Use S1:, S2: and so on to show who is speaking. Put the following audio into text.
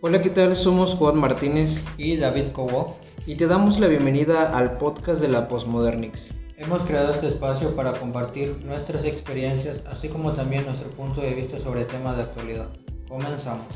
S1: Hola, ¿qué tal? Somos Juan Martínez
S2: y David Cobo.
S1: y te damos la bienvenida al podcast de la Postmodernix.
S2: Hemos creado este espacio para compartir nuestras experiencias, así como también nuestro punto de vista sobre temas de actualidad. Comenzamos.